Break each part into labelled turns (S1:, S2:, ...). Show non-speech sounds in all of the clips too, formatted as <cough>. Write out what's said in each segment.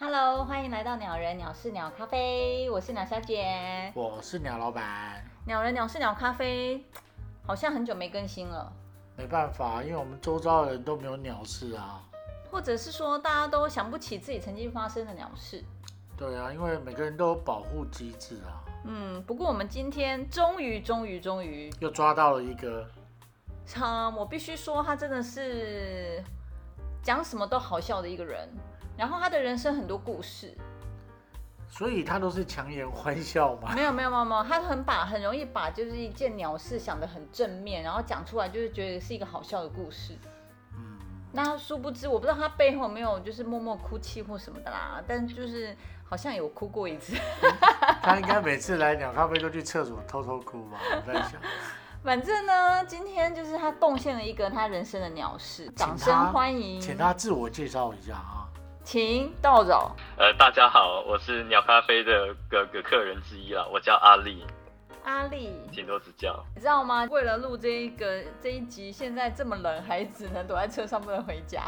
S1: Hello，欢迎来到鸟人鸟事鸟咖啡，我是鸟小姐。
S2: 我是鸟老板。
S1: 鸟人鸟事鸟咖啡好像很久没更新了，
S2: 没办法，因为我们周遭的人都没有鸟事啊。
S1: 或者是说大家都想不起自己曾经发生的鸟事。
S2: 对啊，因为每个人都有保护机制啊。
S1: 嗯，不过我们今天终于终于终于，
S2: 又抓到了一个，
S1: 嗯，我必须说他真的是讲什么都好笑的一个人。然后他的人生很多故事，
S2: 所以他都是强颜欢笑
S1: <laughs>
S2: 嘛。
S1: 没有没有没有没有，他很把很容易把就是一件鸟事想得很正面，然后讲出来就是觉得是一个好笑的故事。
S2: 嗯，
S1: 那殊不知，我不知道他背后有没有就是默默哭泣或什么的啦，但就是好像有哭过一次。
S2: 他应该每次来鸟咖啡都去厕所偷偷哭吧？我在想，
S1: 嗯反正呢，今天就是他贡献了一个他人生的鸟事，掌声欢迎，
S2: 请他自我介绍一下啊。
S1: 请道扰。
S3: 呃，大家好，我是鸟咖啡的个个客人之一啦，我叫阿丽，
S1: 阿丽，
S3: 请多指教。
S1: 你知道吗？为了录这一个这一集，现在这么冷，还只能躲在车上不能回
S2: <laughs>
S1: 家。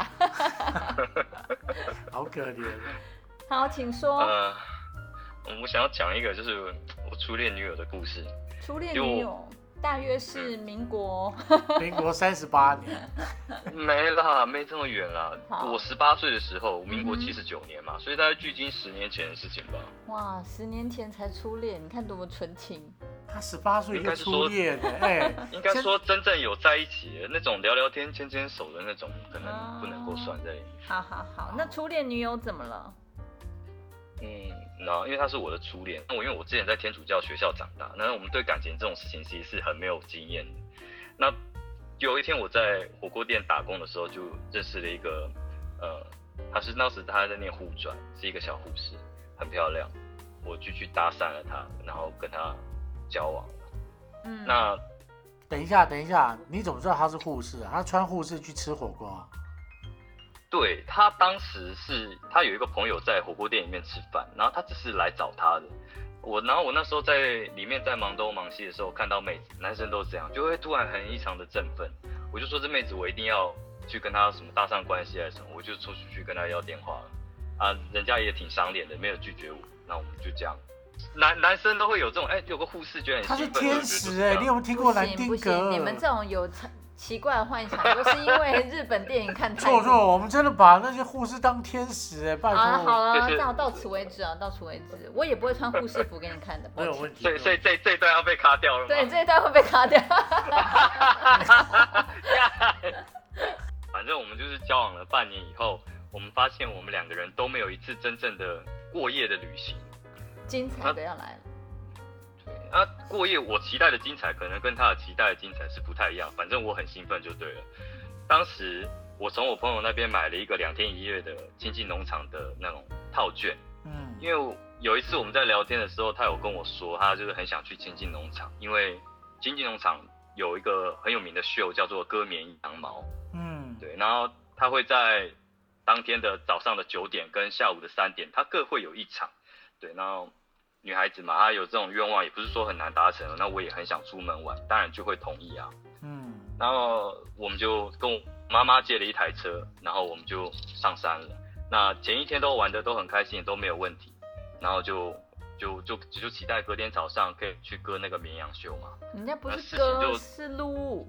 S2: 好可
S1: <laughs>
S2: 怜，
S1: 好，请说
S3: 呃，我想要讲一个就是我初恋女友的故
S1: <laughs>
S3: 事。
S1: 初恋
S3: 因为
S1: 女
S3: 我
S1: 友，大约是民国，
S2: 民国三十八年，
S3: 没啦，没这么远啦。
S1: 好
S3: 我十八岁的时候，民国
S1: 嗯哼
S3: 七十九年嘛，所以大概距今十年前的事情吧。
S1: 哇，十年前才初恋，你看多么纯情。
S2: 他十八岁就初恋了，哎，
S3: 应该说真正有在一起的那种聊聊天、牵牵手的那种，可
S1: 啊
S3: 能不能够算在里面。
S1: 好好好，那初恋女友怎么了？
S3: 嗯，然后因为她是我的初恋，那我因为我之前在天主教学校长大，那我们对感情这种事情其实是很没有经验的。那有一天我在火锅店打工的时候，就认识了一个，呃，她是当时她在念护专，是一个小护士，很漂亮，我就去搭讪了她，然后跟她交往。
S1: 嗯，
S3: 那
S2: 等一下，等一下，你怎么知道他是护士啊？他穿护士去吃火锅啊？
S3: 对他当时是他有一个朋友在火锅店里面吃饭，然后他只是来找他的。我然后我那时候在里面在忙东忙西的时候，看到妹子，男生都这样，就会突然很异常的振奋。我就说这妹子我一定要去跟她什么搭上关系还是什么，我就冲出去跟她要电话了。啊，人家也挺赏脸的，没有拒绝我。那我们就这样，男男生都会有这种哎，有个护士觉得
S2: 他
S3: 很
S2: 是
S3: 兴奋，
S2: 天
S3: 我就
S2: 使
S3: 觉得
S2: 哎、
S3: 就这
S2: 你
S3: 样
S2: 有没有听
S1: 不
S2: 过兰
S1: 行
S2: 丁
S1: 不行，
S2: 格？
S1: 你们这种有奇怪的幻想，都是因为日本电影看太
S2: 错
S1: 多。
S2: 错，我们真的把那些护士当天使哎、拜
S1: 好
S2: 托。
S1: 了啊好了，
S3: 就是
S1: 到到此为止啊，到此为止，我也不会穿护士服给你看的。抱
S2: 我
S1: 歉
S2: 有问题。
S3: 所以所以这这一段要被卡掉了吗？
S1: 对，这一段会被卡掉。
S3: 啊反正我们就是交往了半年以后，我们发现我们两个人都没有一次真正的过夜的旅行。
S1: 精彩的要来了，
S3: 对，那、啊过夜我期待的精彩，可能跟他的期待的精彩是不太一样。反正我很兴奋就对了。当时我从我朋友那边买了一个两天一夜的亲近农场的那种套券，
S2: 嗯，
S3: 因为我有一次我们在聊天的时候，他有跟我说，他就是很想去亲近农场，因为亲近农场有一个很有名的秀叫做割绵羊毛。
S2: 嗯，
S3: 对，然后他会在当天的早上的九点跟下午的三点，他各会有一场。对，然后女孩子嘛，她有这种愿望，也不是说很难达成。那我也很想出门玩，当然就会同意啊。
S2: 嗯，
S3: 然后我们就跟我妈妈借了一台车，然后我们就上山了。那前一天都玩的都很开心，都没有问题，然后就就就就期待隔天早上可以去割那个绵羊秀嘛。
S1: 人家不
S3: 那
S1: 是
S3: 事情
S1: 割，
S3: 就是
S1: 撸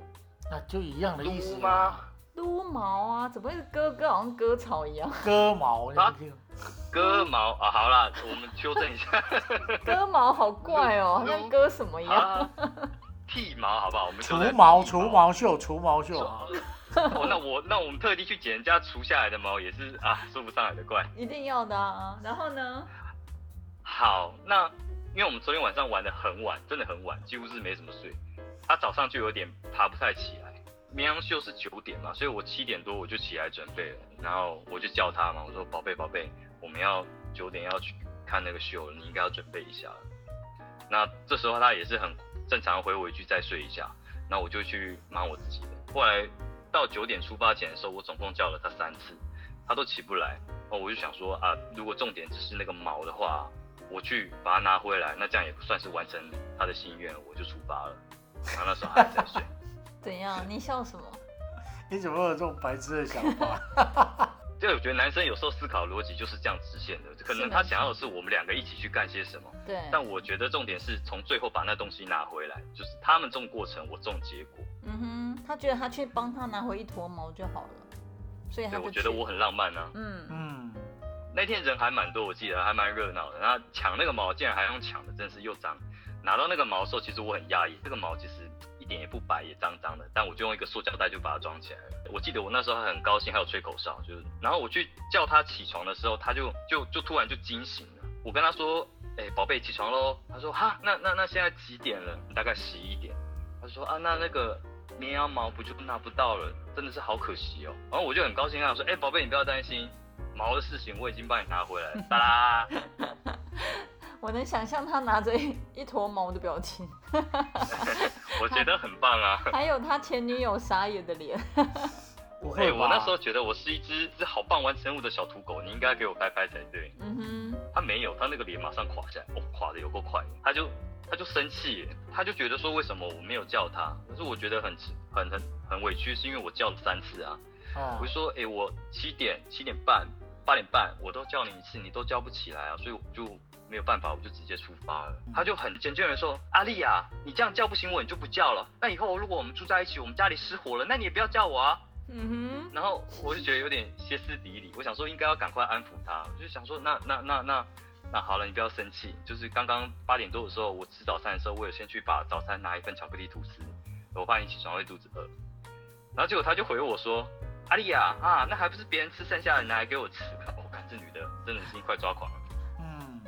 S2: 那就一样的意思啊
S3: 撸吗？？
S1: 撸毛啊，怎么会是割割？好像割草一
S3: <laughs>
S1: 样，
S2: 割毛，
S3: 啊
S2: 你听
S3: 割毛啊，好啦，我们修正一下。
S1: 割毛好怪哦，好
S3: 撸
S1: 像割什么一样。
S3: 啊，剃毛好不好？我们
S2: 除
S3: 就在
S2: 毛，
S3: 剃
S2: 除。毛秀，除毛秀啊！
S3: 哦，那我那我们特地去捡人家除下来的毛，也是啊，说不上来的怪。
S1: 一定要的啊，然后呢？
S3: 好，那因为我们昨天晚上玩的很晚，真的很晚，几乎是没怎么睡。他早上就有点爬不太起来。绵羊秀是九点嘛，所以我七点多我就起来准备了，然后我就叫他嘛，我说宝贝宝贝，我们要九点要去看那个秀了，你应该要准备一下了。那这时候他也是很正常地回我一句再睡一下，那我就去忙我自己的。后来到九点出发前的时候，我总共叫了他三次，他都起不来。哦，我就想说啊，如果重点只是那个毛的话，我去把它拿回来，那这样也算是完成他的心愿，我就出发了。然后那时候他还在睡。
S1: 怎样？你笑什么？
S2: 你怎么会有这种白痴的想
S3: <laughs>
S2: 法？
S3: 就我觉得男生有时候思考逻辑就是这样直线的，可能他想要的是我们两个一起去干些什么，
S1: 对，
S3: 但我觉得重点是从最后把那东西拿回来，就是他们种过程，我种结果。
S1: 嗯哼，他觉得他去帮他拿回一坨毛就好了，所以他
S3: 对，
S1: 就
S3: 我觉得
S1: 去
S3: 我很浪漫啊。
S1: 嗯，
S2: 嗯，
S3: 那天人还蛮多，我记得还蛮热闹的。那抢那个毛竟然还用抢的，真是又脏。拿到那个毛的时候，其实我很压抑，这个毛其实一点也不白，也脏脏的，但我就用一个塑胶袋就把它装起来了。我记得我那时候还很高兴，还有吹口哨，就是，然后我去叫他起床的时候，他就就就突然就惊醒了。我跟他说：“哎、宝贝，起床喽！”他说：“哈，那那那现在几点了？大概十一点。”他说：“啊，那那个绵羊毛不就拿不到了，真的是好可惜哦。”然后我就很高兴，跟他说：“哎、宝贝，你不要担心，毛的事情我已经帮你拿回来了，
S2: <laughs>
S3: 哒啦。
S1: 我能想象他拿着一一坨毛的表
S3: <laughs>
S1: 情，
S3: 我觉得很棒啊。
S1: 还有他前女友傻眼的脸。
S2: 我
S3: 哎、
S2: <laughs> 会吧。
S3: 我那时候觉得我是一只只好棒完成物的小土狗，你应该给我拍拍才对。
S1: 嗯哼，
S3: 他没有，他那个脸马上垮下来，哦，垮的有够快，他就他就生气耶，他就觉得说为什么我没有叫他？可是我觉得很很很很委屈，是因为我叫了三次啊。
S2: 啊
S3: 我就说，哎、我七点、七点半、八点半，我都叫你一次，你都叫不起来啊，所以我就没有办法，我就直接出发了。
S2: 嗯
S3: 他就很坚决的说，阿丽啊，你这样叫不醒我，你就不叫了。那以后如果我们住在一起，我们家里失火了，那你也不要叫我啊。
S1: 嗯
S3: 然后我就觉得有点歇斯底里，我想说应该要赶快安抚他，我就想说那那那那那好了，你不要生气。就是刚刚八点多的时候，我吃早餐的时候，我有先去把早餐拿一份巧克力吐司，我怕你起床会肚子饿。然后结果他就回我说：“阿丽呀、啊，那还不是别人吃剩下的，你拿来给我吃。我看这女的真的已经快抓狂了。
S2: 嗯，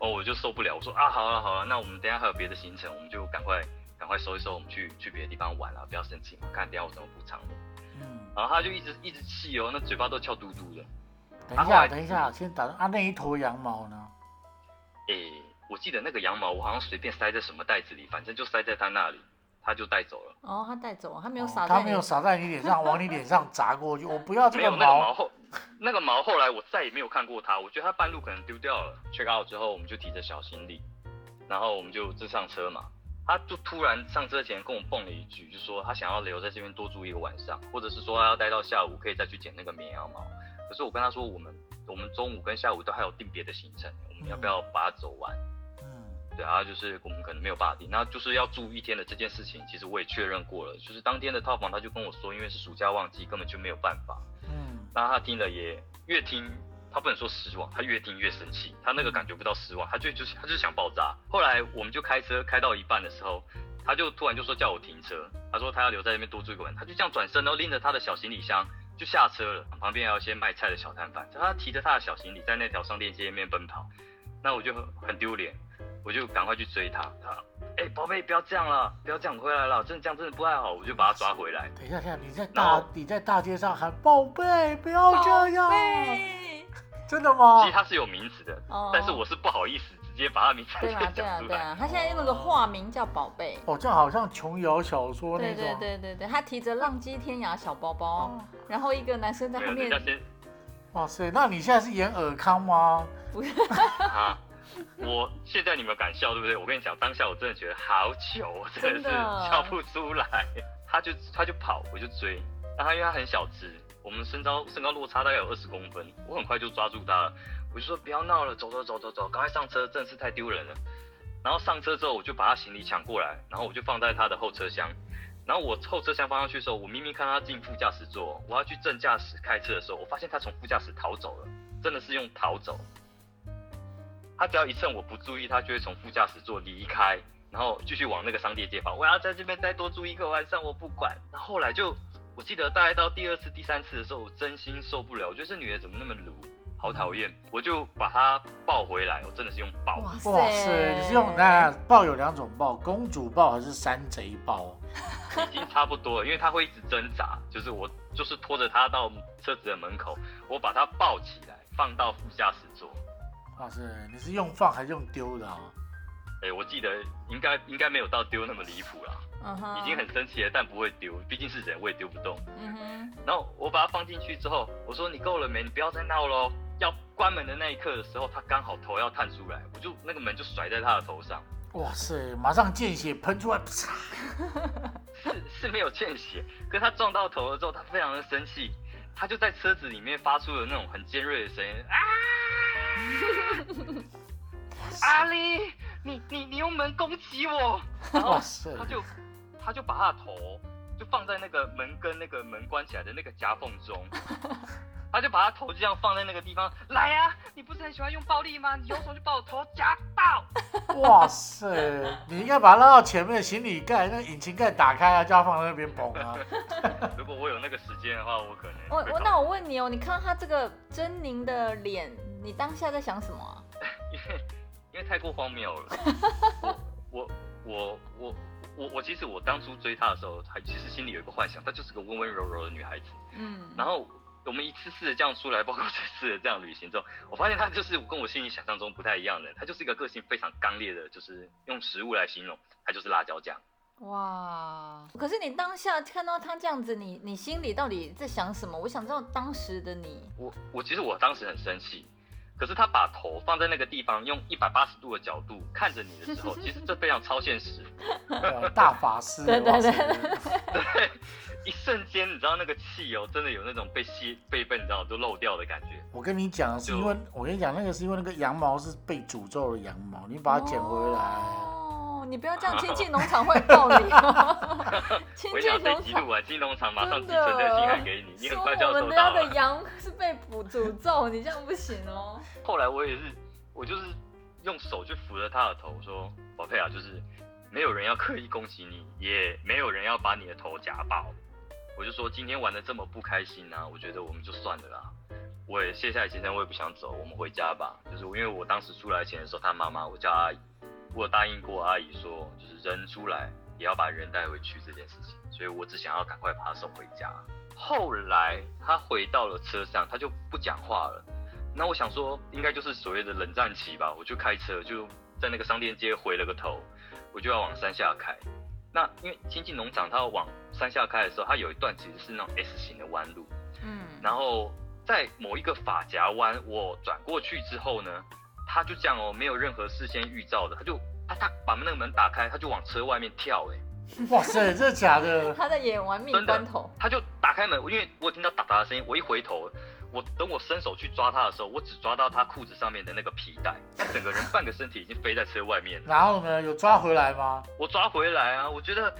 S3: 哦，我就受不了，我说啊，好了好了，那我们等一下还有别的行程，我们就赶快赶快收一收，我们去去别的地方玩了，啊不要生气嘛，看等一下我怎么补偿你。
S2: 嗯，
S3: 然后他就一直一直气哦，那嘴巴都翘嘟嘟的。
S2: 等一
S3: 后来
S2: 下，等一下，先打断啊，那一坨羊毛呢？
S3: 诶，我记得那个羊毛我好像随便塞在什么袋子里，反正就塞在他那里，他就带走了。
S1: 哼，哦，他带走，他没有
S2: 哦
S1: 撒在
S2: 它
S1: 你，
S2: 没有撒在你脸上，往你脸上砸
S1: <laughs>
S2: 过去。我不要这
S3: 没
S2: 个
S3: 有那个毛
S2: 毛。
S3: 后，那个毛后来我再也没有看过它，我觉得它半路可能丢掉了。check out 之后，我们就提着小行李，然后我们就就上车嘛。他就突然上车前跟我蹦了一句，就说他想要留在这边多住一个晚上，或者是说他要待到下午可以再去捡那个绵羊毛。可是我跟他说，我们我们中午跟下午都还有定别的行程，我们要不要把它走完？
S2: 嗯
S3: 对啊，就是我们可能没有办法订，那就是要住一天的这件事情，其实我也确认过了，就是当天的套房他就跟我说，因为是暑假旺季，根本就没有办法。
S2: 嗯，
S3: 那他听了也越听，他不能说失望，他越听越生气，他那个感觉不到失望，他就就是他就是想爆炸。后来我们就开车开到一半的时候，他就突然就说叫我停车，他说他要留在那边多住一个晚，他就这样转身，然后拎着他的小行李箱就下车了。旁边还有一些卖菜的小摊贩，他提着他的小行李在那条商店街里面奔跑，那我就很很丢脸，我就赶快去追他。他哎，宝贝，不要这样了，不要这样回来了，真的这样真的不太好，我就把他抓回来。
S2: 等一下，等一下，你在
S3: 然
S2: 大
S3: 后
S2: 你在大街上喊宝贝，不要这样，
S1: 对，
S2: 真的吗
S3: 其实？他是有名字的，
S1: 哦，
S3: 但是我是不好意思直接把他名字 <laughs>
S1: 对啊啦
S3: 讲
S1: 对啦
S3: 出
S1: 对
S3: 来。
S1: 啦，他现在用了个化名叫宝贝。
S2: 哦，这好像琼瑶小说那
S1: 对
S2: 种。哦
S1: 对哦对对对，他提着浪迹天涯小包包，然后一个男啊生在
S3: 没
S1: 后
S3: 有，
S1: 面
S3: 人家先
S2: 哇塞，那你现在是演尔康吗？
S1: 不是
S3: 啊！ <laughs> 我现在你们敢笑对不对？我跟你讲，当下我真的觉得好糗， <laughs> 我真的
S1: 真
S3: 是
S1: 的
S3: 笑不出来。他就他就跑，我就追。然后因为他很小只，我们身高身高落差大概有二十公分，我很快就抓住他了。我就说不要闹了，走走走走走，赶快上车，真的是太丢人了。然后上车之后，我就把他行李抢过来，然后我就放在他的后车厢。然后我后车厢放上去的时候，我明明看他进副驾驶座，我要去正驾驶开车的时候，我发现他从副驾驶逃走了，真的是用逃走。他只要一趁我不注意，他就会从副驾驶座离开，然后继续往那个商店街跑。我要在这边再多住一个晚上，我不管。然后后来就，我记得大概到第二次、第三次的时候，我真心受不了，我觉得这女的怎么那么鲁，好讨厌。我就把她抱回来，我真的是用抱。
S1: 哇塞，
S2: 哇塞，你是用那抱有两种抱，公主抱还是山贼抱？
S3: 已经差不多了，因为他会一直挣扎，就是我就是拖着他到车子的门口，我把他抱起来放到副驾驶座，
S2: 哇塞，你是用放还是用丢的啊？
S3: 哎，我记得应该应该没有到丢那么离谱啦，
S1: 嗯哼，
S3: 已经很生气了，但不会丢，毕竟是人，我也丢不动。
S1: 嗯哼，
S3: 然后我把它放进去之后，我说你够了没？你不要再闹喽。要关门的那一刻的时候，他刚好头要探出来，我就那个门就甩在他的头上，
S2: 哇塞，马上见血喷出来，啪！
S3: 是是没有见血，可是他撞到头了之后，他非常的生气，他就在车子里面发出了那种很尖锐的声音啊！阿力，你你你用门攻击我！然后
S2: 哇塞，
S1: 哦
S3: 他就他就把他的头就放在那个门跟那个门关起来的那个夹缝中，他就把他头就这样放在那个地方。来呀、你不是很喜欢用暴力吗？你有种就把我头夹爆！
S2: <laughs> 哇塞，你应该把它拉到前面的行李盖，那个引擎盖打开啊，叫它放在那边崩
S3: <laughs>
S2: 啊。
S3: 如果我有那个时间的话，我可能
S1: 我
S3: 会
S1: 我
S3: 考
S1: 那我问你哦，你看到他这个狰狞的脸，你当下在想什么啊、
S3: 因为因为太过荒谬了。我我我我我其实我当初追她的时候，还其实心里有一个幻想，她就是个温温柔柔的女孩子。
S1: 嗯，
S3: 然后我们一次次的这样出来，包括这次的这样旅行之后，我发现她就是跟我心里想象中不太一样的，她就是一个个性非常刚烈的，就是用食物来形容，她就是辣椒酱。
S1: 哇！可是你当下看到他这样子，你你心里到底在想什么？我想知道当时的你。
S3: 我我其实我当时很生气，可是她把头放在那个地方，用一百八十度的角度看着你的时候，其实这非常超现实。
S2: 对啊大法师，
S1: 对对
S2: 哇
S1: 对
S2: 塞
S3: 对，一瞬间，你知道那个气哦，真的有那种被吸被被你知道都漏掉的感觉。
S2: 我跟你讲，是
S3: 就
S2: 因为我跟你讲，那个是因为那个羊毛是被诅咒的羊毛，你把它捡回来。
S1: 哦，你不要这样，亲近农场会爆
S3: <laughs>
S1: 你哦。亲
S3: 我
S1: 近
S3: 想这
S1: 农
S3: 极
S1: 场
S3: 度啊，金农场马上
S1: 真
S3: 寄
S1: 的
S3: 存这个信函给你，你很
S1: 说
S3: 快就要
S1: 我
S3: 收
S1: 们家
S3: 到了
S1: 的。羊是被捕诅咒，你这样不行哦。
S3: 后来我也是，我就是用手去扶着他的头，说：“宝贝啊，就是没有人要刻意攻击你，也没有人要把你的头夹爆。”我就说今天玩的这么不开心啊，我觉得我们就算了啦。我也卸下来行程，我也不想走，我们回家吧。就是因为我当时出来前的时候，他妈妈我叫阿姨，我有答应过阿姨说，就是人出来也要把人带回去这件事情，所以我只想要赶快把她送回家。后来他回到了车上，他就不讲话了。那我想说，应该就是所谓的冷战期吧。我就开车，就在那个商店街回了个头，我就要往山下开。那因为亲近农场，它往山下开的时候，它有一段其实是那种 S 型的弯路，
S1: 嗯，
S3: 然后在某一个法夹弯，我转过去之后呢，他就这样哦，没有任何事先预兆的，他就他他把那个门打开，他就往车外面跳、哎，
S2: 哇塞，真的假的？
S1: 他在演玩命
S3: 真的
S1: 关头。
S3: 他就打开门，我因为我有听到哒哒的声音，我一回头，我等我伸手去抓他的时候，我只抓到他裤子上面的那个皮带，他整个人半个身体已经飞在车外面了。
S2: 然后呢，有抓回来吗？
S3: 我抓回来啊，我觉得，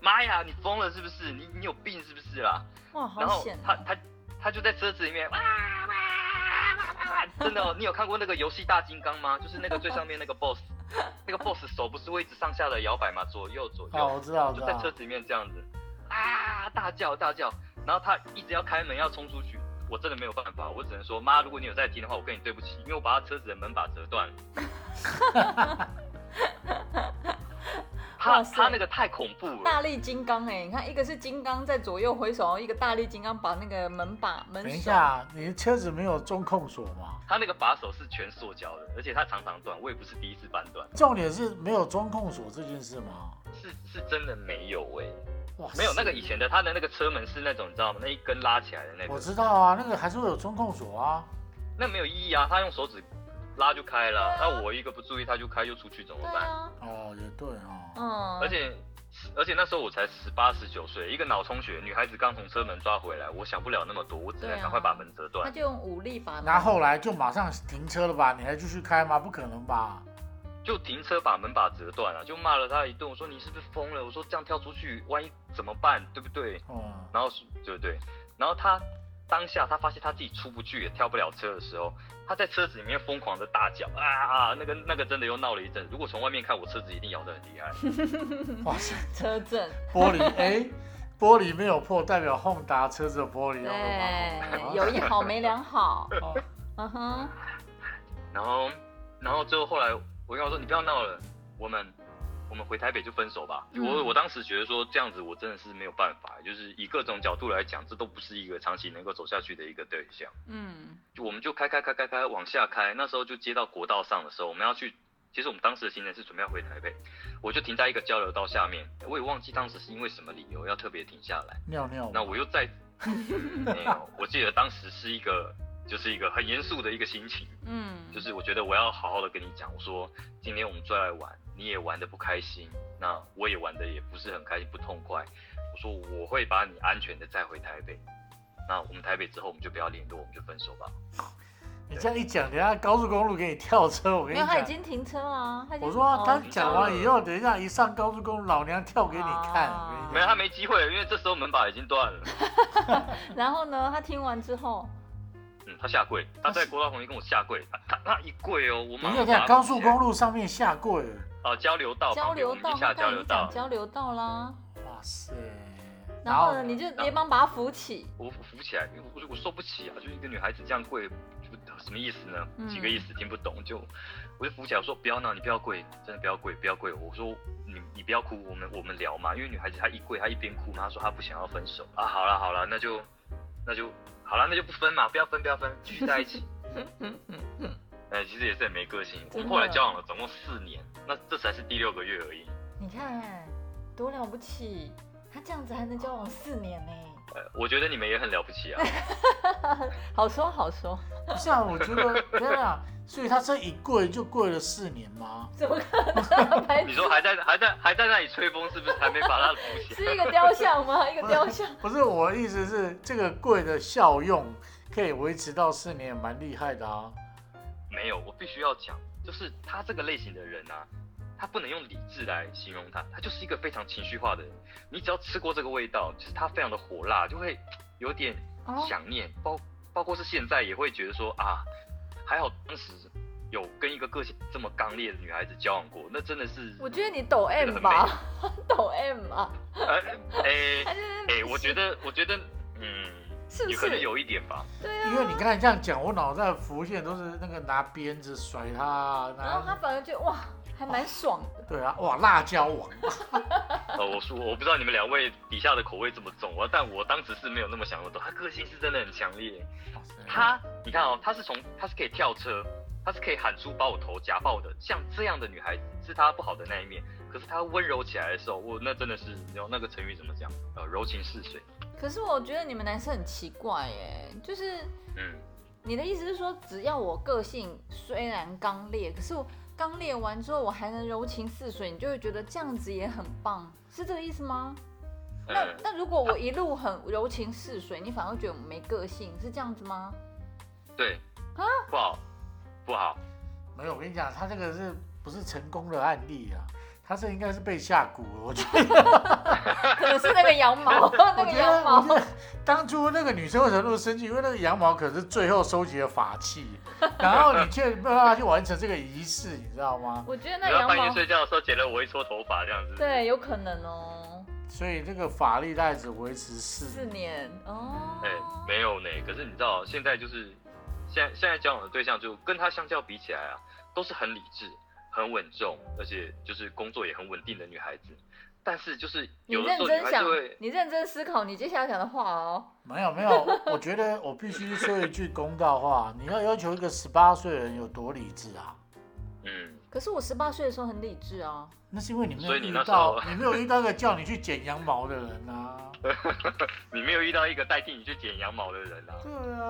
S3: 妈呀，你疯了是不是？你你有病是不是啦、
S1: 哇，
S3: 然
S1: 好
S3: 后
S1: 险、
S3: 他
S1: 啊！
S3: 他他就在车子里面哇哇哇哇哇，真的、哦，你有看过那个游戏大金刚吗？就是那个最上面那个 boss，那个 boss 手不是会一直上下的摇摆吗？左右左右。
S2: 哦，我知道，我知
S3: 就在
S2: 道
S3: 车。子里面这样子啊大叫大叫，然后他一直要开门要冲出去，我真的没有办法，我只能说妈，如果你有在听的话，我跟你对不起，因为我把他车子的门把折断了。他
S1: 哇塞
S3: 他那个太恐怖
S1: 大
S3: 了，
S1: 力金刚哎、你看一个是金刚在左右挥手，然后一个大力金刚把那个门把门
S2: 等一
S1: 锁
S2: 下，你的车子没有中控锁吗？
S3: 他那个把手是全塑胶的，而且他常常断，我也不是第一次扳断，
S2: 重点是没有中控锁这件事吗？
S3: 是是真的没有哎、
S2: 哇塞，
S3: 没有那个以前的他的那个车门是那种你知道吗？那一根拉起来的那
S2: 我
S3: 个，
S2: 知道啊，那个还是会有中控锁啊。
S3: 那没有意义啊，他用手指拉就开了，
S1: 对啊
S3: 那我一个不注意他就开就出去怎么
S1: 对
S3: 办？
S1: 啊，
S2: 哦，也对哦。
S1: 嗯，
S3: 而且而且那时候我才十八十九岁，一个脑充血，女孩子刚从车门抓回来，我想不了那么多，我只
S1: 对
S3: 能
S1: 啊
S3: 赶快把门折
S1: 他
S3: 断。
S1: 就用武力把门
S2: 那后来就马上停车了吧？你还继续开吗？不可能吧？
S3: 就停车把门把折断了，啊就骂了她一顿。我说你是不是疯了？我说这样跳出去，万一怎么办？对不对？
S2: 嗯，
S3: 然后是对对，然后她当下她发现她自己出不去，也跳不了车的时候，她在车子里面疯狂的大叫啊啊！那个那个真的又闹了一阵。如果从外面看，我车子一定摇得很厉害。
S2: 哇塞，
S1: 车震，
S2: 玻
S1: <laughs>
S2: 璃哎，玻璃没有破，代表轰达车子的玻璃有
S1: 对，
S2: 破。
S1: 有一好没两好，
S2: 哦
S1: 嗯哼，
S3: 然后，然后最后后来我跟他说：“你不要闹了，我们我们回台北就分手吧。
S1: 嗯
S3: 我我当时觉得说这样子我真的是没有办法，就是以各种角度来讲，这都不是一个长期能够走下去的一个对象。
S1: 嗯
S3: 就我们就开开开开开往下开，那时候就接到国道上的时候，我们要去其实我们当时的行程是准备要回台北，我就停在一个交流道下面，我也忘记当时是因为什么理由要特别停下来。
S2: 尿尿
S3: 那我又在，没有，我记得当时是一个就是一个很严肃的一个心情，
S1: 嗯，
S3: 就是我觉得我要好好的跟你讲，我说今天我们出来玩，你也玩的不开心，那我也玩的也不是很开心，不痛快。我说我会把你安全的载回台北，那我们台北之后我们就不要联络，我们就分手吧。
S2: 你这样一讲，等一下高速公路给你跳车，我跟
S1: 没
S2: 你
S1: 有，
S2: 讲。
S1: 他已经停车了，他已经
S2: 我说啊他
S1: 哦
S2: 讲完以后，等一下一上高速公路，老娘跳给你看。
S1: 哦
S2: 我
S3: 没
S2: 跟
S3: 有，
S2: 你
S3: 他没机会了，因为这时候门把已经断了。
S1: 然后呢，他听完之后，
S3: 嗯，他下跪，他在国道红线跟我下跪，他他他一跪哦，我
S2: 讲，
S3: 马
S2: 你有
S3: 上
S2: 在
S3: 把
S2: 高速公路上面下跪？
S3: 啊交流道
S1: 交
S3: 旁边，
S1: 流
S3: 我们
S1: 道，
S3: 一
S1: 他
S3: 下
S1: 刚
S3: 交
S1: 才已
S3: 流
S1: 经讲
S3: 道，
S1: 交流道啦，
S2: 哇塞！
S1: 然后呢，你就连忙把他扶起，
S3: 我我扶起来，因为我我我受不起啊，就是一个女孩子这样跪，就什么意思呢
S1: 嗯？
S3: 几个意思听不懂，就我就扶起来，我说不要闹，你不要跪，真的不要跪，不要跪，我说你你不要哭，我们我们聊嘛，因为女孩子她一跪，她一边哭嘛，她说她不想要分手啊，好了好了，那就那就好了，那就不分嘛，不要分不要分，继续在一
S1: <laughs>
S3: 起。哎，其实也是很没个性。我们后来交往了总共四年，那这才是第六个月而已。
S1: 你看多了不起，他这样子还能交往四年呢、
S3: 呃，我觉得你们也很了不起
S1: <laughs>
S3: 啊。
S1: 好说好说， <laughs>
S2: 不是啊，我觉得天啊，所以他这一跪就跪了四年吗？
S1: 怎么可能？ <laughs> 白
S3: 你说还在还在还在那里吹风，是不是还没把他扶起来？ <laughs>
S1: 是一个雕像吗？一个雕像，
S2: 不是，我的意思是这个跪的效用可以维持到四年，蛮厉害的啊。
S3: 没有，我必须要讲，就是他这个类型的人啊，他不能用理智来形容他，他就是一个非常情绪化的人。你只要吃过这个味道，就是他非常的火辣，就会有点
S1: 哦
S3: 想念，包包括是现在也会觉得说啊，还好当时有跟一个个性这么刚烈的女孩子交往过，那真的是
S1: 我觉得你抖 M 吧，抖 M 吧，
S3: 呃哎
S1: 他就是
S3: 哎，我觉得我觉得嗯，
S1: 是不
S3: 有可能
S1: 是
S3: 有一点吧，
S1: 对
S2: 因为你
S1: 啊，
S2: 刚才这样讲，我脑袋浮现都是那个拿鞭子甩他啊，
S1: 然后他
S2: 拿
S1: 反而觉得哇，还蛮爽的。
S2: 对啊，哇，辣椒
S1: <laughs>
S2: 王，
S3: 呃，我说我不知道你们两位底下的口味这么重，我但我当时是没有那么想得懂，他个性是真的很强烈。
S2: 哇塞
S3: 他，你看哦，他是从他是可以跳车，他是可以喊出把我头夹爆的，像这样的女孩子是她不好的那一面。可是她温柔起来的时候，我那真的是，你知道那个成语怎么讲？呃，柔情似水。
S1: 可是我觉得你们男生很奇怪耶，就是
S3: 嗯，
S1: 你的意思是说，只要我个性虽然刚烈，可是我刚烈完之后，我还能柔情似水，你就会觉得这样子也很棒，是这个意思吗？那
S3: 呃
S1: 那如果我一路很柔情似水，你反而会觉得我没个性，是这样子吗？
S3: 对
S1: 啊，
S3: 不好，不好，
S2: 没有，我跟你讲，他这个是不是成功的案例啊？他这应该是被下蛊了，我觉得，
S1: 可能是那个羊毛， <laughs> 那
S2: 我
S1: 个
S2: 觉
S1: 羊
S2: 得，我觉
S1: 毛，
S2: 得当初那个女生为什么那么生气？因为那个羊毛可是最后收集的法
S1: <laughs>
S2: 器，然后你却没办法去完成这个仪式，你知道吗？
S1: 我觉得那
S3: 然后
S1: 羊
S3: 半夜
S1: 毛，
S3: 睡觉的时候剪了我一撮头发这样子。
S1: 对，有可能哦，
S2: 所以这个法力带只维持四
S1: 四
S2: 年，
S1: 年哦，
S3: 哎、没有呢。可是你知道，现在就是现在现在交往的对象，就跟他相较比起来啊，都是很理智、很稳重，而且就是工作也很稳定的女孩子。但是就是
S1: 你
S3: 有的时
S1: 认
S3: 候女
S1: 真
S3: 孩
S1: 想
S3: 就会，，
S1: 你认真思考你接下来讲的话哦。
S2: 没有没有，我觉得我必须说一句公道话，你要要求一个十八岁的人有多理智啊？
S3: 嗯，
S1: 可是我十八岁的时候很理智啊，
S2: 那是因为你没有
S3: 所以
S2: 遇
S3: 你那时
S2: 到
S3: 候，
S2: <laughs> 你没有遇到一个叫你去剪羊毛的人啊。
S3: 你没有遇到一个代替你去剪羊毛的人啊。
S2: 对啊，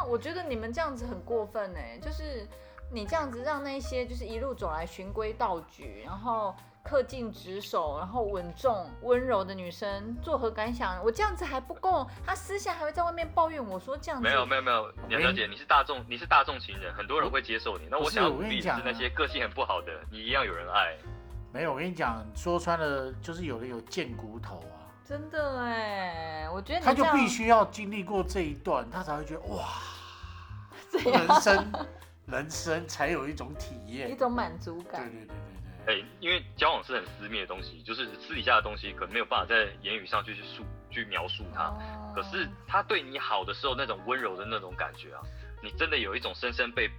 S1: 啊，我觉得你们这样子很过分哎、就是你这样子让那些就是一路走来循规蹈矩，然后恪尽职守，然后稳重温柔的女生作何感想？我这样子还不够，她私下还会在外面抱怨我说这样子
S3: 没有没有没有，
S2: 跟
S3: 杨小姐，你是大众，你是大众情人，很多人会接受你。那
S2: 不
S3: 我
S2: 是
S3: 想要
S2: 我
S3: 鼓
S2: 跟你
S3: 励是
S2: 讲啊
S3: 那些个性很不好的，你一样有人爱。
S2: 没有，我跟你讲，说穿了就是有的有贱骨头啊。
S1: 真的哎、我觉得
S2: 他
S1: 你这
S2: 就
S1: 样
S2: 必须要经历过这一段，他才会觉得哇，
S1: 这样
S2: 人生人生才有一种体验。
S1: 一
S2: 对
S1: 种满足
S2: 对
S1: 感。
S2: 对对
S3: 哎、
S2: 对对。
S3: 因为交往是很私密的东西，就是私底下的东西，可能没有办法在言语上去去述去描述它。
S1: 哦
S3: 啊可是他对你好的时候，那种温柔的那种感觉啊，你真的有一种深深被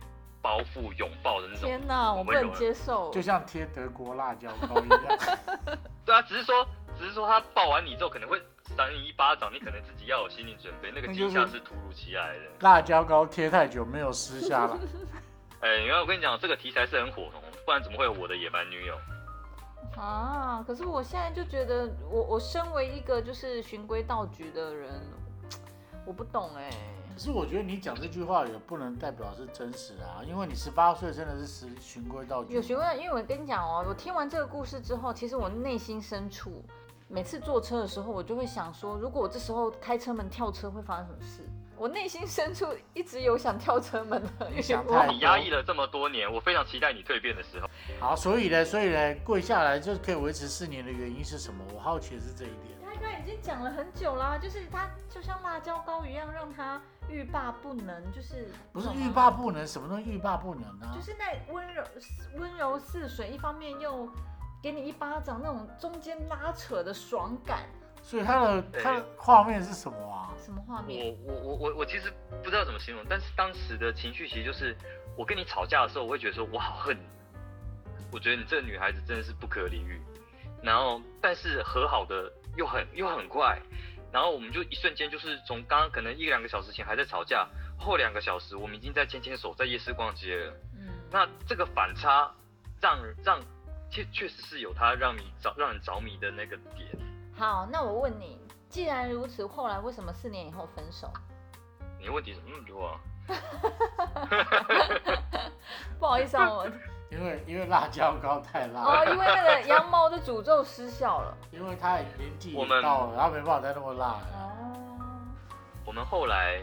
S3: 包覆、拥抱的那种。
S1: 天哪，我不
S3: 温柔
S1: 能
S3: 的
S1: 接受，
S2: 就像贴德国辣椒膏一样， <laughs>
S3: 对啊，只是说，只是说他抱完你之后，可能会扇你一巴掌，你可能自己要有心理准备，那
S2: 那
S3: 个
S2: 就
S3: 惊
S2: 是
S3: 吓是突如其来的。
S2: 辣椒膏贴太久没有撕下来，
S3: 哎、因为我跟你讲，这个题材是很火红，不然怎么会有我的野蛮女友？
S1: 啊！可是我现在就觉得我，我身为一个就是循规蹈矩的人，我不懂哎、
S2: 可是我觉得你讲这句话也不能代表是真实啊，因为你十八岁真的是实循规蹈矩。
S1: 有询问，因为我跟你讲哦，我听完这个故事之后，其实我内心深处，每次坐车的时候，我就会想说，如果我这时候开车门跳车，会发生什么事？我内心深处一直有想跳车门的欲
S2: 想
S1: 望
S2: 太。
S3: 你压抑了这么多年，我非常期待你蜕变的时候。
S2: 好，所以呢，所以呢，跪下来就可以维持四年的原因是什么？我好奇的是这一点。
S1: 他刚已经讲了很久啦，就是他就像辣椒膏一样，让他欲罢不能，就是
S2: 不是
S1: 懂吗
S2: 欲罢不能，什么东西欲罢不能啊？
S1: 就是那温柔温柔似水，一方面又给你一巴掌那种中间拉扯的爽感，
S2: 所以他的
S3: 对
S2: 他的画面是什么啊？
S1: 什么画面？
S3: 我我我我我其实不知道怎么形容，但是当时的情绪其实就是我跟你吵架的时候，我会觉得说我好恨你，我觉得你这个女孩子真的是不可理喻。然后，但是和好的又很又很快，然后我们就一瞬间就是从刚刚可能一两个小时前还在吵架，后两个小时我们已经在牵牵手在夜市逛街了。
S1: 嗯，
S3: 那这个反差让让确确实是有它让你着让人着迷的那个点。
S1: 好，那我问你，既然如此，后来为什么四年以后分手？
S3: 你问题怎么那么多啊？
S1: <laughs> 不好意思啊，我
S2: 因为因为辣椒膏太辣，
S1: <laughs> 哦，因为那个羊毛的诅咒失效了。
S2: 因为他年纪
S3: 我
S2: 也
S3: 们
S2: 到了，他没办法再那么辣了。
S1: 哦，
S3: 我们后来，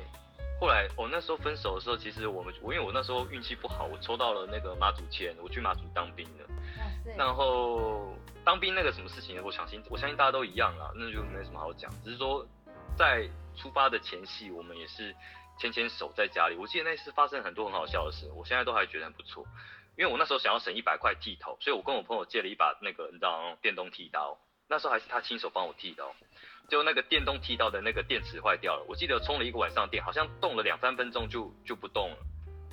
S3: 后来我、那时候分手的时候，其实我们我因为我那时候运气不好，我抽到了那个妈祖签，我去妈祖当兵了。
S1: 哇塞，
S3: 然后当兵那个什么事情，我相信我相信大家都一样啦，那就没什么好讲。只是说在出发的前夕，我们也是牵牵手在家里。我记得那次发生很多很好笑的事，我现在都还觉得很不错。因为我那时候想要省一百块剃头，所以我跟我朋友借了一把那个你知道那种电动剃刀，那时候还是他亲手帮我剃的、哦。就那个电动剃刀的那个电池坏掉了，我记得充了一个晚上电，好像动了两三分钟就就不动了。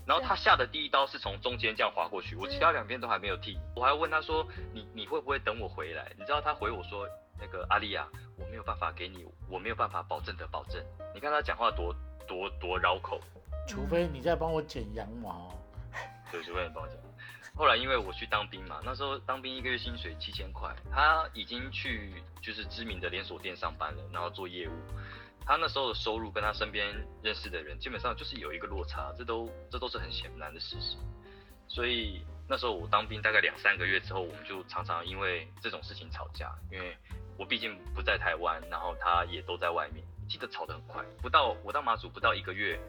S3: 然后他下的第一刀是从中间这样划过去，我其他两边都还没有剃。我还问他说：“你你会不会等我回来？”你知道他回我说：“那个阿丽啊，我没有办法给你，我没有办法保证的保证。”你看他讲话多多多绕口，
S2: 除非你再帮我剪羊毛，
S3: 对，就会很抱歉。后来因为我去当兵嘛，那时候当兵一个月薪水七千块，他已经去就是知名的连锁店上班了，然后做业务。他那时候的收入跟他身边认识的人基本上就是有一个落差，这都这都是很显然的事实。所以那时候我当兵大概两三个月之后，我们就常常因为这种事情吵架，因为我毕竟不在台湾，然后他也都在外面，记得吵得很快，不到我到马祖不到一个月，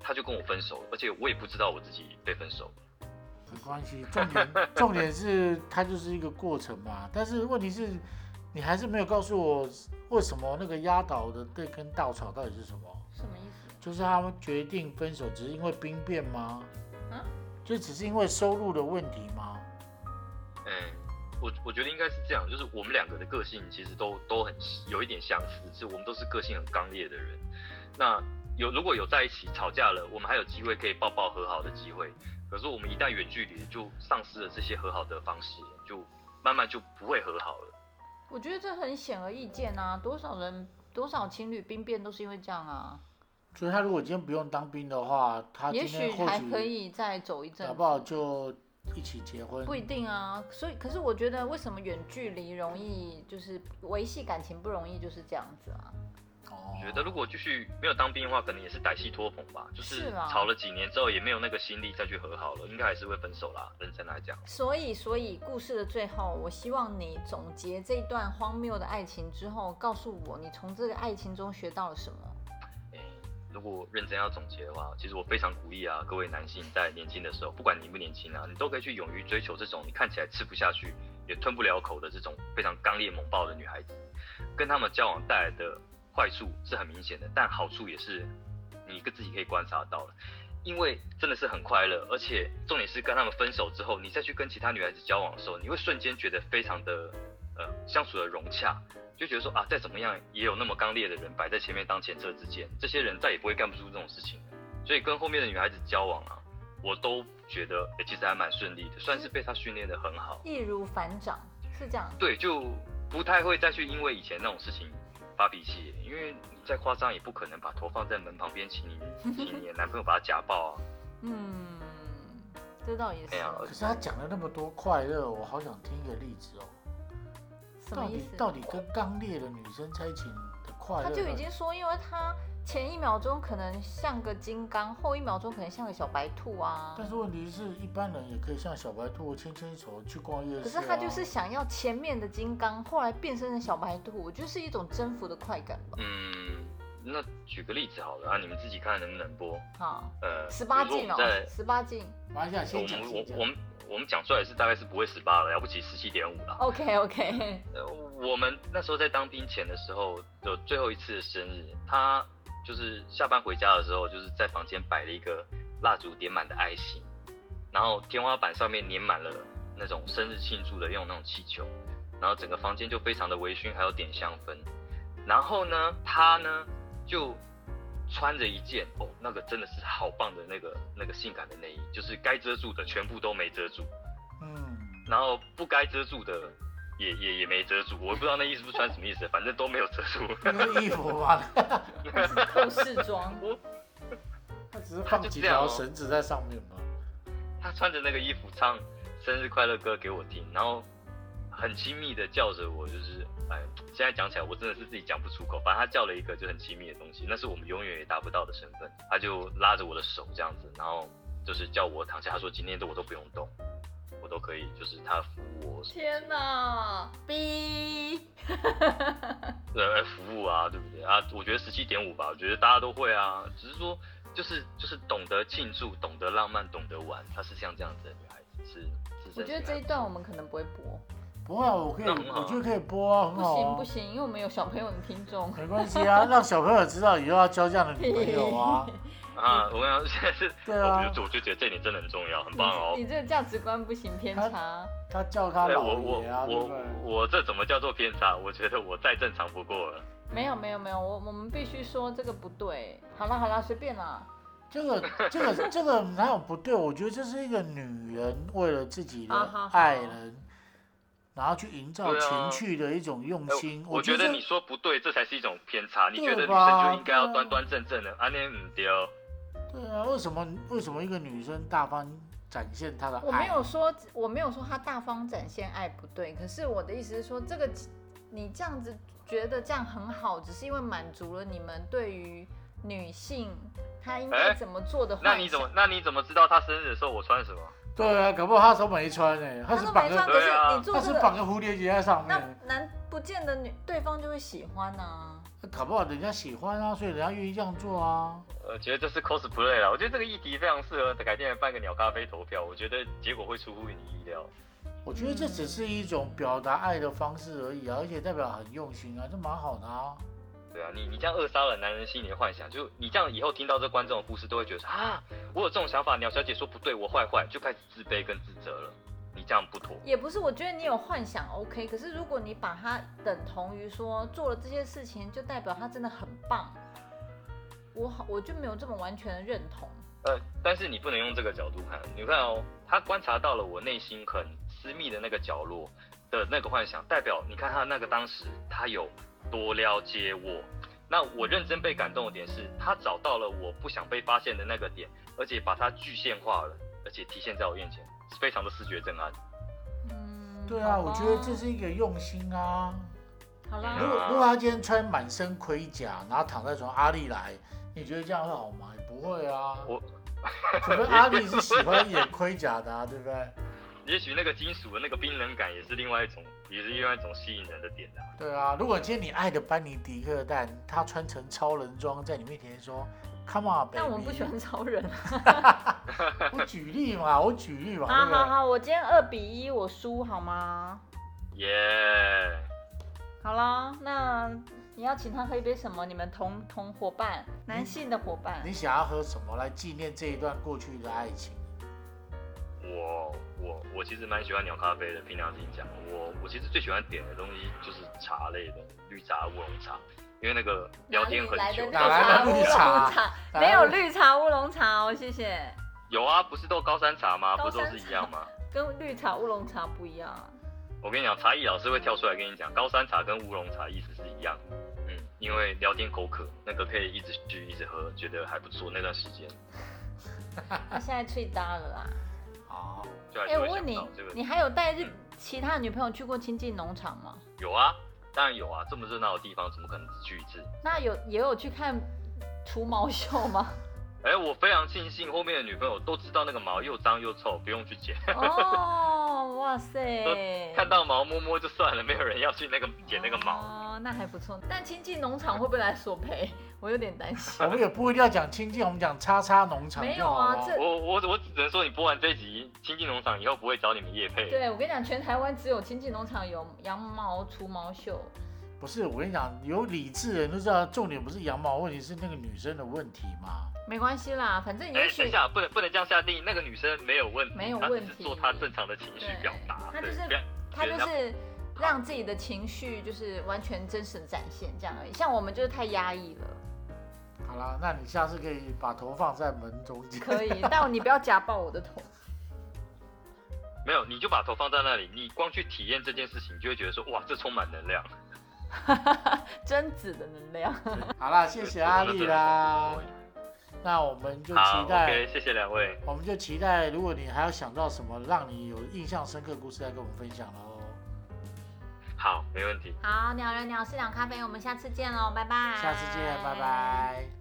S3: 他就跟我分手了，而且我也不知道我自己被分手了。
S2: 没关系。重
S3: <laughs>
S2: 点重点是它就是一个过程嘛，但是问题是，你还是没有告诉我为什么那个压倒的那根稻草到底是什么？
S1: 什么意思？
S2: 就是他们决定分手，只是因为兵变吗？
S1: 啊
S2: 就只是因为收入的问题吗？
S3: 嗯，我我觉得应该是这样，就是我们两个的个性其实都都很有一点相似，是我们都是个性很刚烈的人。那有如果有在一起吵架了，我们还有机会可以抱抱和好的机会。可是我们一旦远距离，就丧失了这些和好的方式，就慢慢就不会和好了。
S1: 我觉得这很显而易见啊，多少人多少情侣兵变都是因为这样啊。
S2: 所以他如果今天不用当兵的话，他今
S1: 也
S2: 天
S1: 许
S2: 或
S1: 还可
S2: 许
S1: 以再走一阵
S2: 搞
S1: 子，
S2: 不好就一起结婚。
S1: 不一定啊。所以，可是我觉得为什么远距离容易，就是维系感情不容易，就是这样子啊。
S2: 哦
S3: 我觉得如果继续没有当兵的话，可能也是歹戏拖棚吧，就是
S1: 是啦
S3: 吵了几年之后也没有那个心力再去和好了，应该还是会分手啦。认真来讲，
S1: 所以，所以故事的最后，我希望你总结这一段荒谬的爱情之后，告诉我你从这个爱情中学到了什么。
S3: 诶如果认真要总结的话，其实我非常鼓励啊，各位男性在年轻的时候，不管年不年轻啊，你都可以去勇于追求这种你看起来吃不下去也吞不了口的这种非常刚烈猛爆的女孩子，跟她们交往带来的坏处是很明显的，但好处也是你自己可以观察到了。因为真的是很快乐，而且重点是跟她们分手之后，你再去跟其他女孩子交往的时候，你会瞬间觉得非常的呃相处的融洽，就觉得说啊，再怎么样也有那么刚烈的人摆在前面当前车之鉴，这些人再也不会干不出这种事情了。所以跟后面的女孩子交往啊，我都觉得、诶其实还蛮顺利的，算是被他训练的很好。
S1: 易如反掌，是这样。
S3: 对，就不太会再去因为以前那种事情发脾气，因为你再夸张也不可能把
S1: <laughs>
S3: 头放在门旁边，请你请你的男朋友把他家暴啊。
S1: 嗯，这倒也是
S3: 哎。呀
S2: 可是他讲了那么多快乐，我好想听一个例子哦。
S1: 什么
S2: 到
S1: 意
S2: 底
S1: 思？
S2: 到底跟刚烈的女生在一起的快乐
S1: 他
S2: 到底？
S1: 就已经说，因为他前一秒钟可能像个金刚，后一秒钟可能像个小白兔啊。
S2: 但是问题是，一般人也可以像小白兔牵牵手去逛夜市、啊。
S1: 可是他就是想要前面的金刚，后来变身成小白兔，我觉得是一种征服的快感吧。
S3: 嗯，那举个例子好了啊，你们自己看能不能播？
S1: 好，
S3: 呃，
S1: 十八
S3: 比如
S1: 禁
S3: 说
S1: 哦
S3: 我们在，
S1: 十八禁。
S2: 马来西亚
S3: 我
S2: 先讲
S3: 们
S2: 先
S3: 我
S2: 讲
S3: 我们我们讲出来是大概是不会十八了，了不起十七点五啦。
S1: OK OK，
S3: 呃，我们那时候在当兵前的时候的最后一次的生日，他就是下班回家的时候，就是在房间摆了一个蜡烛点满的爱心，然后天花板上面粘满了那种生日庆祝的用那种气球，然后整个房间就非常的微醺，还有点香氛。然后呢，他呢就穿着一件哦，那个真的是好棒的那个那个性感的内衣，就是该遮住的全部都没遮住。
S2: 嗯，
S3: 然后不该遮住的也也也没遮住，我不知道那衣服穿什么意思，反正都没有遮住。 <laughs>
S2: 那个衣服嘛，
S1: 透视装。
S2: 他只是放几条
S3: 哦
S2: 绳子在上面嘛。
S3: 他穿着那个衣服唱生日快乐歌给我听，然后很亲密的叫着我，就是哎，现在讲起来我真的是自己讲不出口，反正他叫了一个就很亲密的东西，那是我们永远也达不到的身份。他就拉着我的手这样子，然后就是叫我躺下，他说今天的我都不用动，我都可以，就是他服务我，
S1: 天哪，B，
S3: 呃服务啊，对不对啊？我觉得十七点五吧，我觉得大家都会啊，只是说就是就是懂得庆祝，懂得浪漫，懂得玩，她是像这样子的女孩子，是是
S1: 我
S3: 真
S1: 觉得
S3: 心
S1: 这
S3: 爱
S1: 一段我们可能不会播，哦
S2: 不会啊，我可以，
S3: 那很好
S2: 我觉得可以播啊，很
S1: 不
S2: 好、啊。
S1: 行不行，因为我们有小朋友的听众。
S2: 没关系啊，让小朋友知道以后要交这样的女朋友啊。
S1: <laughs> 嗯
S3: 啊，我跟你讲，现在是，
S2: 对啊
S3: 我就我就觉得这一点真的很重要，很棒哦
S1: 你。你这个价值观不行，偏差。
S2: 他叫他
S3: 我
S2: 老
S3: 哎我
S2: 爷啊，对
S3: 我
S2: 不对？
S3: 我这怎么叫做偏差？我觉得我再正常不过了。
S1: 没有没有没有，我我们必须说这个不对。好啦好啦，随便啦。
S2: 这个这个这个哪有不对？我觉得这是一个女人为了自己
S1: 啊好
S2: 的
S1: 好
S2: 爱人，然后去营造
S3: 对啊
S2: 情趣的一种用
S3: 哎
S2: 心。
S3: 我
S2: 觉
S3: 觉
S2: 得
S3: 得你说不对，这才是一种偏差。你
S2: 对
S3: 觉得女生
S2: 吧
S3: 就应该要
S2: 对啊
S3: 端端正正的，啊，那唔对哦。
S2: 对啊，为什么为什么一个女生大方展现她的爱？
S1: 我没有说我没有说他大方展现爱不对，可是我的意思是说，这个你这样子觉得这样很好，只是因为满足了你们对于女性她应该
S3: 哎
S1: 怎么做的幻想。
S3: 那你怎么那你怎么知道她生日的时候我穿什么？
S2: 对啊，搞不好她手没穿哎、欸，她
S1: 他
S2: 是
S1: 都
S2: 绑
S1: 没
S2: 个
S1: 穿，可
S3: 对
S1: 是
S3: 啊
S1: 你做
S2: 她
S1: 这
S2: 是
S1: 个，
S2: 绑个蝴蝶结在上
S1: 那
S2: 面，
S1: 男不见得女对方就会喜欢啊。
S2: 搞不好人家喜欢啊，所以人家愿意这样做啊。
S3: 我觉得这是 cosplay 啦，我觉得这个议题非常适合改天办个鸟咖啡投票，我觉得结果会出乎你意料。
S2: 我觉得这只是一种表达爱的方式而已啊，而且代表很用心啊，这蛮好的啊。
S1: 嗯
S3: 对啊，你你这样扼杀了男人心里的幻想，就你这样以后听到这观众的故事，都会觉得说啊，我有这种想法，鸟小姐说不对，我坏坏，就开始自卑跟自责了。你这样不妥。
S1: 也不是，我觉得你有幻想 OK，可是如果你把它等同于说做了这些事情，就代表他真的很棒，我好我就没有这么完全的认同。
S3: 呃，但是你不能用这个角度看，你看哦，他观察到了我内心很私密的那个角落的那个幻想，代表你看他那个当时他有多了解我。那我认真被感动的点是，他找到了我不想被发现的那个点，而且把它具现化了，而且体现在我面前，是非常的视觉震撼。
S1: 嗯，
S2: 对啊，
S1: 好吧
S2: 我觉得这是一个用心啊。
S1: 好
S3: 嗯
S2: 如
S1: 啦，
S2: 果如果他今天穿满身盔甲，然后躺在床阿丽来，你觉得这样会好吗？也不会啊。
S3: 我，
S2: 除非阿丽是喜欢演盔甲的、啊，对不对？
S3: 也许那个金属的那个冰冷感也是另外一种，也是另外一种吸引人的点啊。
S2: 对啊，如果今天你爱的班尼迪克蛋，他穿成超人装在你面前说，Come on，baby。
S1: 但我们不喜。欢超人啊。
S2: 我举例嘛，我举
S1: <laughs>
S2: 例嘛。
S1: 好
S2: 对不对
S1: 好好，我今天二比一我输好吗？
S3: 耶、
S1: 好啦，那你要请他喝一杯什么？你们同同伙伴，男性的伙伴
S2: 你，想要喝什么来纪念这一段过去的爱情？
S3: 我我我其实蛮喜欢鸟咖啡的，平常听讲，我我其实最喜欢点的东西就是茶类的，绿茶、乌龙茶，因为那个聊天很
S1: 哪里来的
S3: 久。
S1: 绿
S2: 哪来的
S1: 茶乌
S2: 绿
S1: 龙
S2: 茶
S1: 茶？
S2: 哪
S1: <laughs> 没有
S2: 来的
S1: 绿茶乌龙茶哦，谢谢。
S3: 有啊，不是都高山茶吗？
S1: 高
S3: 不
S1: 山
S3: 都
S1: 茶
S3: 是一样吗？
S1: 跟绿茶乌龙茶不一样啊。
S3: <laughs> 我跟你讲，茶艺老师会跳出来跟你讲，高山茶跟乌龙茶意思是一样的。嗯，因为聊天口渴，那个可以一直续一直喝，觉得还不错那段时间。
S1: 他现在最搭了啦。啊
S2: 好好，
S3: 就还
S1: 哎、
S3: 是
S1: 我
S3: 会
S1: 问
S3: 想
S1: 你
S3: 到这个，。
S1: 你还有带日
S3: 嗯
S1: 其他的女朋友去过亲近农场吗？
S3: 有啊，当然有啊，这么热闹的地方怎么可能只去一次？
S1: 那有也有去看除毛秀
S3: <laughs>
S1: 吗？
S3: 哎，我非常庆幸后面的女朋友都知道那个毛又脏又臭，不用去剪， <laughs>
S1: 哦，哇塞！
S3: 看到毛摸摸就算了，没有人要去那个剪那个毛。
S1: 哦，那还不错。但亲近农场会不会来索赔？ <laughs> 我有点担心
S2: 我。们也不一定要讲亲近，我们讲叉叉农场
S1: 没
S2: 就
S1: 有
S2: 好
S1: 啊
S2: 了。
S1: 这
S3: 我我我只能说，你播完这集《亲近农场》以后不会找你们叶配。
S1: 对，我跟你讲，全台湾只有亲近农场有羊毛除毛秀。
S2: 不是我跟你讲，有理智的人都知道，重点不是羊毛问题，是那个女生的问题嘛。
S1: 没关系啦，反正
S3: 哎
S1: 也，许、
S3: 等一下，不能不能这样下定义，那个女生没有问题，
S1: 没有
S3: 她只
S1: 问
S3: 是
S1: 题
S3: 做她正常的情绪
S1: 对
S3: 表达，
S1: 她
S3: 对，
S1: 就是
S3: 不要
S1: 他就
S3: 人家
S1: 是让自己的情绪就是完全真实地展现这样而已。像我们就是太压抑了，
S2: 好啦，那你下次可以把头放在门中
S1: <laughs>
S2: 间。
S1: 可以，但你不要夹爆我的 <laughs> 头。
S3: 没有，你就把头放在那里，你光去体验这件事情，你就会觉得说，哇，这充满能量。
S1: 贞子的能量。
S2: 好啦，谢谢阿丽啦。那我们就
S3: <laughs> 好
S2: 期待
S3: ，OK，，谢谢两位。
S2: 我们就期待，如果你还有想到什么让你有印象深刻的故事，再跟我们分享喽。
S3: 好，没问题。
S1: 好，鸟人鸟是鸟咖啡，我们下次见喽，拜拜。
S2: 下次见，拜。拜。